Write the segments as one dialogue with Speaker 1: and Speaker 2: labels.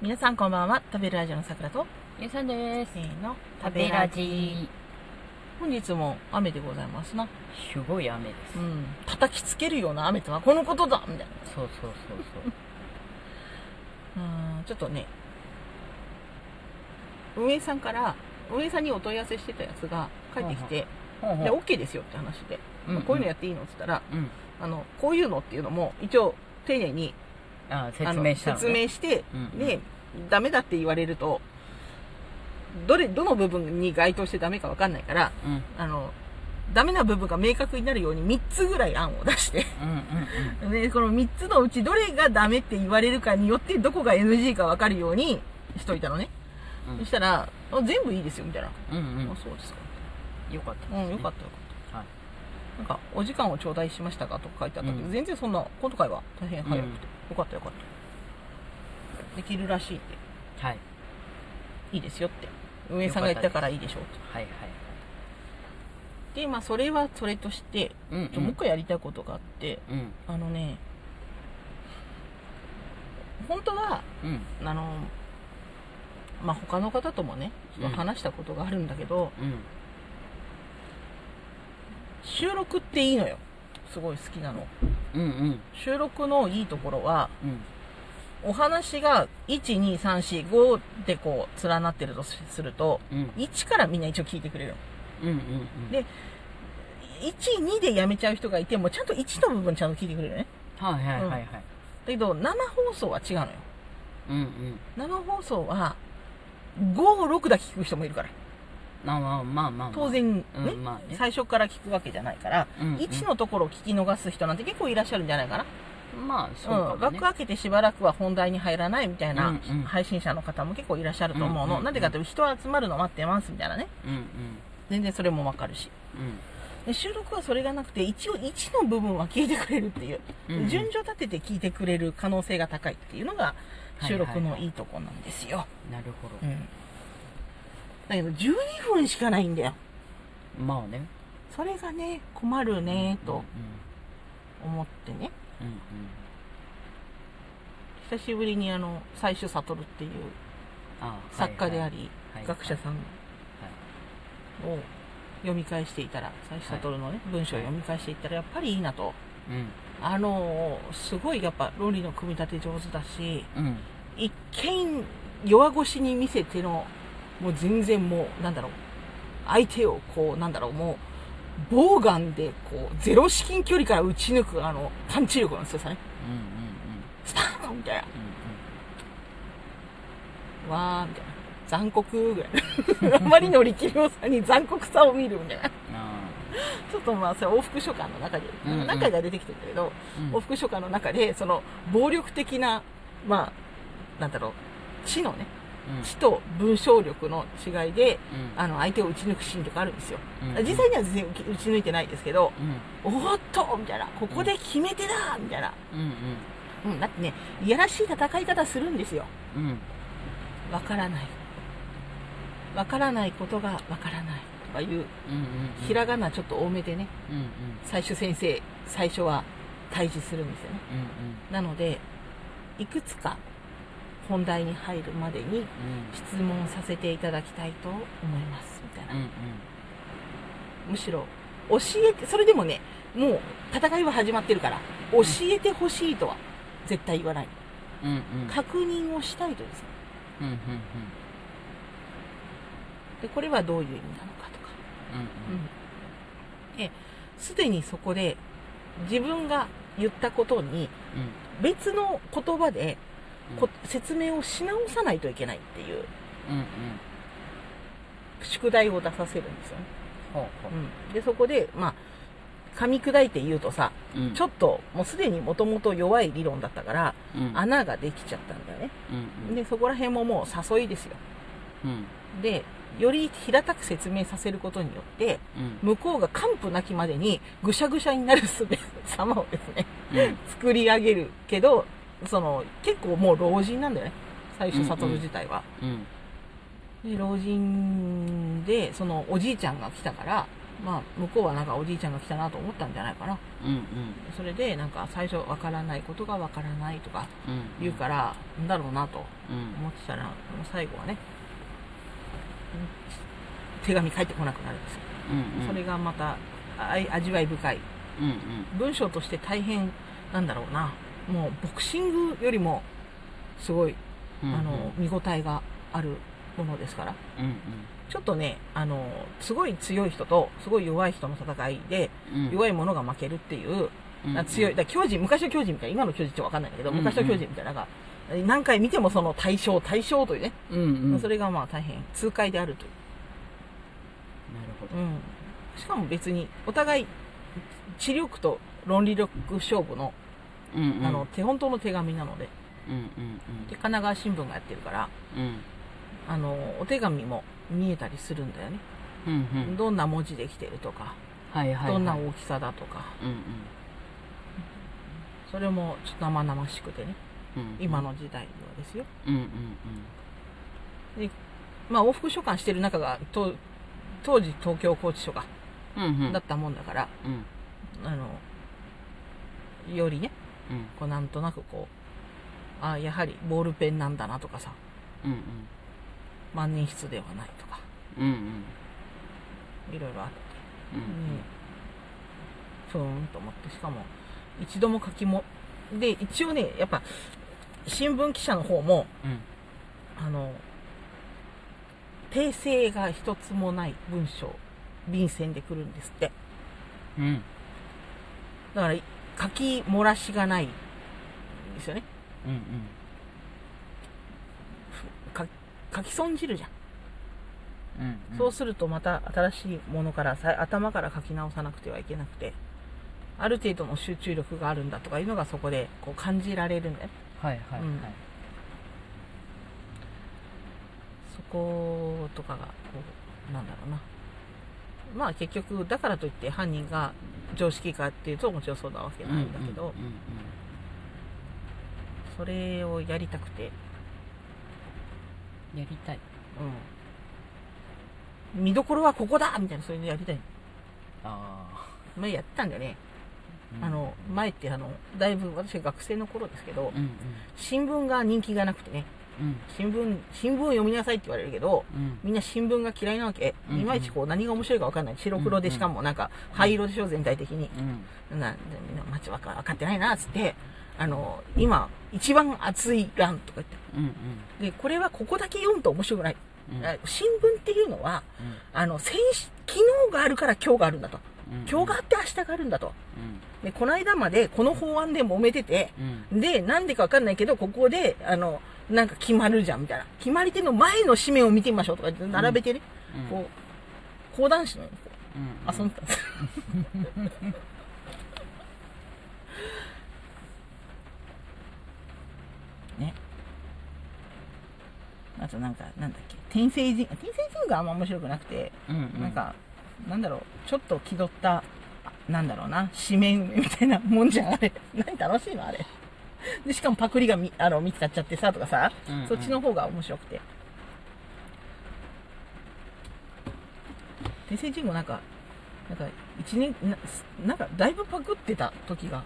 Speaker 1: 皆さんこんばんは食べるラジオのさくらと
Speaker 2: ゆうさんです。
Speaker 1: せーの
Speaker 2: 食べラジ
Speaker 1: 本日も雨でございますな
Speaker 2: すごい雨で
Speaker 1: う
Speaker 2: す。
Speaker 1: ん叩きつけるような雨とはこのことだみたい
Speaker 2: そうそうそう
Speaker 1: なうんちょっとね運営さんから運営さんにお問い合わせしてたやつが帰ってきて
Speaker 2: そう。ほう
Speaker 1: で OK ですよって話で、
Speaker 2: うんうん
Speaker 1: こういうのやっていいのって言ったら
Speaker 2: うん。
Speaker 1: あのこういうのっていうのも一応丁寧に
Speaker 2: あ、
Speaker 1: あ
Speaker 2: 説
Speaker 1: の
Speaker 2: 明したの、ね。
Speaker 1: 説明して、
Speaker 2: うんうん
Speaker 1: でダメだって言われるとどれどの部分に該当してダメかわかんないから
Speaker 2: うん。
Speaker 1: あのダメな部分が明確になるように3つぐらい案を出して
Speaker 2: うんうん
Speaker 1: でこの3つのうちどれがダメって言われるかによってどこが NG かわかるようにしといたのね、
Speaker 2: うん
Speaker 1: そしたらあ全部いいですよみたいな、
Speaker 2: うん。うん
Speaker 1: あそうですか
Speaker 2: うん。よかったです、
Speaker 1: う
Speaker 2: ね。。
Speaker 1: んよかったよかった
Speaker 2: はい。
Speaker 1: なんかお時間を頂戴しましたかとか書いてあったけど、
Speaker 2: うん
Speaker 1: 全然そんな今回は大変早くて、
Speaker 2: うん
Speaker 1: よかったよかったできるらしいって
Speaker 2: はい。
Speaker 1: いいですよって運営さんが言ったからいいでしょうと
Speaker 2: はいはい。
Speaker 1: でまあそれはそれとして
Speaker 2: うん、
Speaker 1: ちょもう一回やりたいことがあって、
Speaker 2: うん。
Speaker 1: あのね本当は
Speaker 2: うん。
Speaker 1: あのまあ他の方ともねちょっと話したことがあるんだけど、
Speaker 2: うん。
Speaker 1: 収録っていいのよすごい好きなの
Speaker 2: うんうん。
Speaker 1: 収録のいいところは
Speaker 2: うん。
Speaker 1: お話が12345でこう連なってるとすすると
Speaker 2: うん。
Speaker 1: 1からみんな一応聞いてくれるの
Speaker 2: うんうんうん。
Speaker 1: で12でやめちゃう人がいてもちゃんと1の部分ちゃんと聞いてくれるのね
Speaker 2: はいはいはいはい。
Speaker 1: だけど生放送は違うのよ
Speaker 2: うんうん。
Speaker 1: 生放送は56だけ聞く人もいるから
Speaker 2: まあまあまあまあ。
Speaker 1: 当。然ね,、
Speaker 2: うんまあね
Speaker 1: 最初から聞くわけじゃないから、
Speaker 2: うんうん
Speaker 1: 1のところを聞き逃す人なんて結構いらっしゃるんじゃないかな
Speaker 2: まあ、そう
Speaker 1: う、
Speaker 2: か
Speaker 1: ん、枠
Speaker 2: も、ね。
Speaker 1: 開けてしばらくは本題に入らないみたいな
Speaker 2: うんうん
Speaker 1: 配信者の方も結構いらっしゃると思うの、
Speaker 2: うんうんうん
Speaker 1: なんでかというと人集まるの待ってますみたいなね
Speaker 2: うんうん。
Speaker 1: 全然それもわかるしで収録はそれがなくて一応1の部分は聞いてくれるっていう、
Speaker 2: うんうん
Speaker 1: 順序立てて聞いてくれる可能性が高いっていうのが収録のいいとこなんですよ、
Speaker 2: うん。なるほど。
Speaker 1: うんだけど12分しかないんだよ
Speaker 2: まあね。
Speaker 1: それがね困るね
Speaker 2: うん
Speaker 1: と思ってね
Speaker 2: うん。
Speaker 1: 久しぶりにあの最終悟っていう
Speaker 2: ああ
Speaker 1: 作家であ
Speaker 2: り。
Speaker 1: り、
Speaker 2: はい
Speaker 1: 学者さん
Speaker 2: はい
Speaker 1: を読み返していたら最終悟のね、文章を読み返していったらやっぱりいいなと
Speaker 2: うん。
Speaker 1: あのーすごいやっぱ論理の組み立て上手だし
Speaker 2: うん。
Speaker 1: 一見弱腰に見せてのもう全然もうなんだろう相手をこうなんだろうもうボウガンでこうゼロ至近距離から打ち抜くあのパンチ力の強さね
Speaker 2: うんうん
Speaker 1: スパーンみたいな
Speaker 2: うん
Speaker 1: わーみたいな残酷ぐらいあまりの力量さに残酷さを見るみたいな
Speaker 2: うんあ
Speaker 1: ちょっとまあそれ往復書簡の中で、
Speaker 2: うんうん
Speaker 1: 何回か出てきてるけど、
Speaker 2: ーうん
Speaker 1: 往復書簡の中でその暴力的なまあなんだろう知のね
Speaker 2: うん
Speaker 1: 知と文章力の違いで
Speaker 2: うん
Speaker 1: あの相手を打ち抜くシーンとかあるんですよ、
Speaker 2: うん
Speaker 1: 実際には全然打ち抜いてないですけど、
Speaker 2: うん
Speaker 1: おーっとみたいなここで決め手だみたいな、
Speaker 2: うん
Speaker 1: うん、だってねいやらしい戦い方するんですよ
Speaker 2: うんうん
Speaker 1: わからないわからないことがわからないとかいう
Speaker 2: うんうん
Speaker 1: ひらがなちょっと多めでね
Speaker 2: うんうん
Speaker 1: 最初先生最初は対峙するんですよね
Speaker 2: うん
Speaker 1: なのでいくつか本題に入るまでに
Speaker 2: う
Speaker 1: 質問させていただきたいと思いますみたいなん
Speaker 2: うんうん
Speaker 1: むしろ教えてそれでもねもう戦いは始まってるから教えてほしいとは絶対言わない
Speaker 2: うんうん
Speaker 1: 確認をしたいとですね
Speaker 2: うんうんうん
Speaker 1: でこれはどういう意味なのかとか
Speaker 2: うん
Speaker 1: すでにそこで自分が言ったことに別の言葉でこ説明をし直さないといけないっていう
Speaker 2: うんうん
Speaker 1: 宿題を出させるんですよね、
Speaker 2: ほうほ
Speaker 1: うん、でそこでまあ噛み砕いて言うとさ
Speaker 2: ううん
Speaker 1: ちょっともうすでにもともと弱い理論だったから
Speaker 2: うん
Speaker 1: 穴ができちゃったんだよね
Speaker 2: うん
Speaker 1: でそこら辺ももう誘いですよ
Speaker 2: うん
Speaker 1: でより平たく説明させることによって
Speaker 2: うん
Speaker 1: 向こうが完膚なきまでにぐしゃぐしゃになるすべ様をですね
Speaker 2: うん
Speaker 1: 作り上げるけどその結構もう老人なんだよね最初悟自体は、
Speaker 2: うん
Speaker 1: で老人でそのおじいちゃんが来たからまあ、向こうはなんかおじいちゃんが来たなと思ったんじゃないかな。
Speaker 2: うん
Speaker 1: それで、なんか最初わからないことがわからないとか
Speaker 2: うん
Speaker 1: 言うから、なんだろうなと
Speaker 2: うん
Speaker 1: 思ってたら、もう最後はね、手紙返ってこなくなるんですよ。
Speaker 2: うんうん
Speaker 1: それがまた、あい味わい深い。
Speaker 2: うんうん
Speaker 1: 文章として大変なんだろうな。もう、ボクシングよりも、すごい、
Speaker 2: う
Speaker 1: あ
Speaker 2: ん
Speaker 1: の、見応えがあるものですから。
Speaker 2: うん
Speaker 1: ちょっとね、あの、すごい強い人と、すごい弱い人の戦いで、
Speaker 2: うんうん
Speaker 1: 弱い者が負けるっていう、
Speaker 2: うんうん
Speaker 1: 強い、だから巨人、昔の巨人みたいな、今の巨人ちょっとわかんないんだけど、
Speaker 2: うんうん
Speaker 1: 昔の巨人みたいな、なんか、何回見てもその対象、対象というね、
Speaker 2: うんうん
Speaker 1: それがまあ大変、痛快であるとい
Speaker 2: なるほど
Speaker 1: う。うん。しかも別に、お互い、知力と論理力勝負の、
Speaker 2: うんうん
Speaker 1: あの、手本当の手紙なので、
Speaker 2: うんうんうん
Speaker 1: で、神奈川新聞がやってるから、
Speaker 2: うん
Speaker 1: あの、お手紙も見えたりするんだよね。
Speaker 2: うんうん
Speaker 1: どんな文字できてるとか、
Speaker 2: はいはいはい
Speaker 1: どんな大きさだとか、
Speaker 2: うんうん
Speaker 1: それもちょっと生々しくてね、
Speaker 2: うん
Speaker 1: 今の時代にはですよ。
Speaker 2: うんうんうん
Speaker 1: まあ、往復書簡してる中が、と当時東京拘置所が、
Speaker 2: うんうん
Speaker 1: だったもんだから、
Speaker 2: うん
Speaker 1: あの、よりね、
Speaker 2: うん
Speaker 1: こうなんとなくこう、あやはりボールペンなんだなとかさ、
Speaker 2: うん
Speaker 1: 万年筆ではないとか、
Speaker 2: うんうん
Speaker 1: いろいろあって、
Speaker 2: うんうん
Speaker 1: ふーんと思って、しかも、一度も書きも、で、一応ね、やっぱ、新聞記者の方も、
Speaker 2: うん
Speaker 1: あの、訂正が一つもない文章、便箋で来るんですって。
Speaker 2: うん
Speaker 1: だから、書き漏らしがないんですよね。
Speaker 2: うん
Speaker 1: か書き損じるじゃん。
Speaker 2: うんうん
Speaker 1: そうするとまた新しいものからさ、頭から書き直さなくてはいけなくて、ある程度の集中力があるんだとかいうのがそこでこう感じられるんだよね。
Speaker 2: はいはい
Speaker 1: う
Speaker 2: はい
Speaker 1: んそことかがこうなんだろうなまあ結局だからといって犯人が常識かっていうともちろんそうなわけないんだけど、
Speaker 2: うんうん
Speaker 1: それをやりたくて、
Speaker 2: うんやりたい
Speaker 1: 見どころはここだみたいなそういうのやりたい
Speaker 2: あ
Speaker 1: 前やってたんだよね、
Speaker 2: あ
Speaker 1: あの前ってあのだいぶ私が学生の頃ですけど、
Speaker 2: うんうん
Speaker 1: 新聞が人気がなくてね
Speaker 2: うん
Speaker 1: 新聞新聞を読みなさいって言われるけど
Speaker 2: うん
Speaker 1: みんな新聞が嫌いなわけ、
Speaker 2: うんうん
Speaker 1: いまいちこう何が面白いか分かんない白黒でしかもなんか灰色でしょ全体的に、
Speaker 2: うん
Speaker 1: なでみんな街わか分かってないなっつってあの今一番熱い欄とか言っ
Speaker 2: うん
Speaker 1: てでこれはここだけ読むと面白くない、
Speaker 2: うんうん
Speaker 1: あ新聞っていうのはあの先し昨日があるから今日があるんだと
Speaker 2: うん
Speaker 1: 今日があって明日があるんだと
Speaker 2: うん
Speaker 1: でこの間までこの法案で揉めてて
Speaker 2: うん
Speaker 1: でなんでか分かんないけどここであのなんか決まるじゃんみたいな決まり手の前の紙面を見てみましょうとか言って並べてね、
Speaker 2: うん
Speaker 1: こう講談師の
Speaker 2: うん
Speaker 1: 遊んでたんです、 ねあとなんかなんだっけ天聖人天聖人があんま面白くなくて、
Speaker 2: うんう
Speaker 1: なんかなんだろうちょっと気取ったあなんだろうな紙面みたいな もんじゃんあれ何楽しいのあれでしかもパクリがみあの見つかっちゃってさとかさ、
Speaker 2: うんうん
Speaker 1: そっちの方が面白くて天聖人もなんかなんか一年ななんかだいぶパクってた時が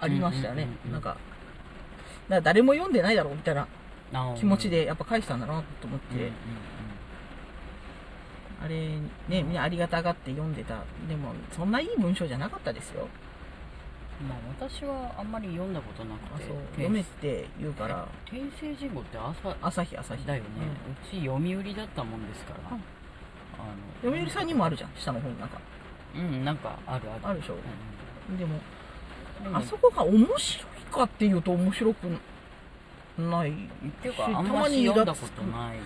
Speaker 1: ありましたよね、
Speaker 2: うんうんうんうん
Speaker 1: なんかだから誰も読んでないだろうみたいな
Speaker 2: あー
Speaker 1: 気持ちでやっぱ返したんだなと思っ
Speaker 2: う
Speaker 1: て、
Speaker 2: んうんうん
Speaker 1: あれねみんなありがたがって読んでたでもそんないい文章じゃなかったですよ
Speaker 2: まあ私はあんまり読んだことな
Speaker 1: あ
Speaker 2: くて
Speaker 1: そう
Speaker 2: 天
Speaker 1: 読めって言うから
Speaker 2: 天聖人語って朝
Speaker 1: 朝日朝日
Speaker 2: だよね、うち読売だったもんですから、
Speaker 1: うん
Speaker 2: あ
Speaker 1: うん読売さんにもあるじゃん下の方になんか
Speaker 2: うんなんかあるある
Speaker 1: あるでしょでも
Speaker 2: うんうん
Speaker 1: あそこが面白いかっていうと面白くない
Speaker 2: っていうか
Speaker 1: した
Speaker 2: あんま
Speaker 1: まに
Speaker 2: り
Speaker 1: イラ
Speaker 2: 読んだ
Speaker 1: つ
Speaker 2: こ
Speaker 1: く
Speaker 2: とない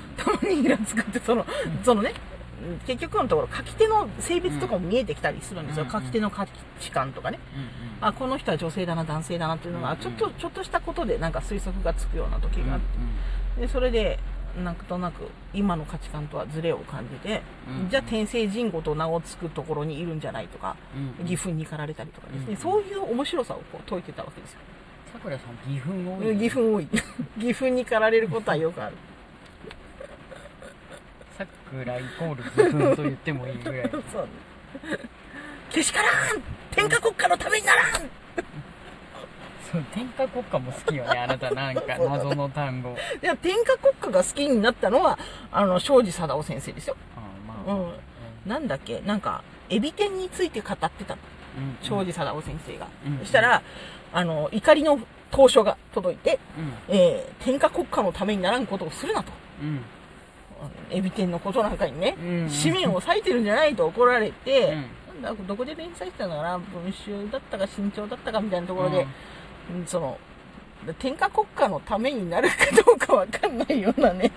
Speaker 1: たまにイラつくってその
Speaker 2: うん
Speaker 1: そのね結局のところ書き手の性別とかも見えてきたりするんですよ、
Speaker 2: うん
Speaker 1: 書き手の価値観とかね
Speaker 2: うんうん
Speaker 1: あこの人は女性だな男性だなっていうの
Speaker 2: う
Speaker 1: が
Speaker 2: ん
Speaker 1: ちょっとちょっとしたことでなんか推測がつくような時
Speaker 2: うん
Speaker 1: があってでそれでなんとなく今の価値観とはズレを感じて、
Speaker 2: うん
Speaker 1: じゃあ天聖人語と名を付くところにいるんじゃないとか
Speaker 2: うんうん
Speaker 1: 義憤に駆られたりとかですね、
Speaker 2: うん
Speaker 1: そういう面白さをこう解いてたわけですよ
Speaker 2: さくらさん義憤多い
Speaker 1: 義憤多い 義憤に駆られることはよくある
Speaker 2: さくらイコール義憤と言ってもいいぐら い
Speaker 1: そうけしからん天下国家のためにならん
Speaker 2: そう天下国家も好きよねあなたなんか謎の単語
Speaker 1: いや天下国家が好きになったのはあの庄司貞夫先生ですよ
Speaker 2: あまあ、
Speaker 1: う
Speaker 2: うんん
Speaker 1: なんだっけなんかエビ天について語ってた
Speaker 2: うん、
Speaker 1: 庄司貞夫先生が、
Speaker 2: うん
Speaker 1: そしたらあの怒りの投書が届いて、
Speaker 2: う
Speaker 1: えー天下国家のためにならんことをするなと
Speaker 2: ん
Speaker 1: エビ天のことなんかにね、
Speaker 2: うん
Speaker 1: 紙面を割いてるんじゃないと怒られ
Speaker 2: うん
Speaker 1: て、なんだどこで連載してたのかな文集だったか新潮だったかみたいなところで、うんその天下国家のためになるかどうかわかんないような ね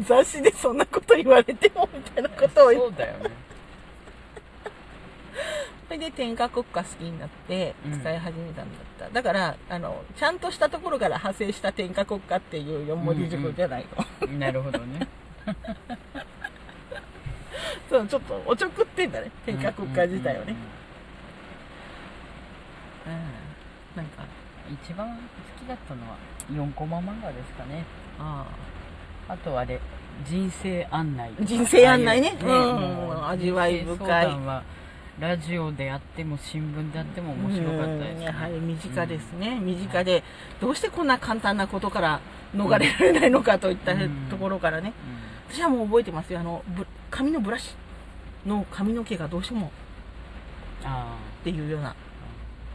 Speaker 1: 雑誌でそんなこと言われてもみたいなことを言っ
Speaker 2: そうだよね
Speaker 1: それで天下国家好きになって
Speaker 2: うん
Speaker 1: 使い始めたんだった、だからあのちゃんとしたところから派生した天下国家っていう四文字熟語じゃないの、
Speaker 2: なるほどね
Speaker 1: そうちょっとおちょくってんだね天下国家自体をね、うんなんか
Speaker 2: うん一番好きだったのは4コマ漫画ですかね
Speaker 1: あ
Speaker 2: あとあれ人生案内
Speaker 1: あ人生案内ね
Speaker 2: ああいう
Speaker 1: うん
Speaker 2: も
Speaker 1: 味わい深い
Speaker 2: 人生相談はラジオであっても新聞であっても面白かったです、
Speaker 1: うん
Speaker 2: ね、
Speaker 1: やはり身近ですね、身近でどうしてこんな簡単なことから逃れられないのかといった
Speaker 2: うん
Speaker 1: ところからね、私はもう覚えてますよあのぶ髪のブラシの髪の毛がどうしても
Speaker 2: うんあ
Speaker 1: っていうような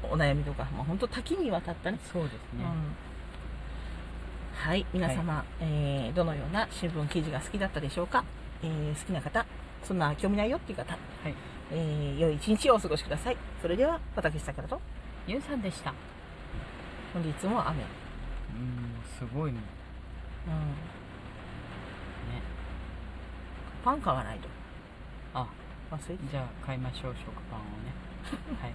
Speaker 1: お悩みとか、まあ、本当多岐にわたった
Speaker 2: あ
Speaker 1: ね、
Speaker 2: そうです
Speaker 1: う
Speaker 2: ね、
Speaker 1: んはい皆様、えーどのような新聞記事が好きだったでしょうか、えー好きな方そんな興味ないよっていう方、
Speaker 2: はい
Speaker 1: えー良い一日をお過ごしくださいそれでは私さからと
Speaker 2: ゆうさんでした
Speaker 1: 本日も雨、
Speaker 2: うんすごいもんね
Speaker 1: うんパン買わないと
Speaker 2: あ
Speaker 1: 忘れて
Speaker 2: じゃあ買いましょう食パンをねはい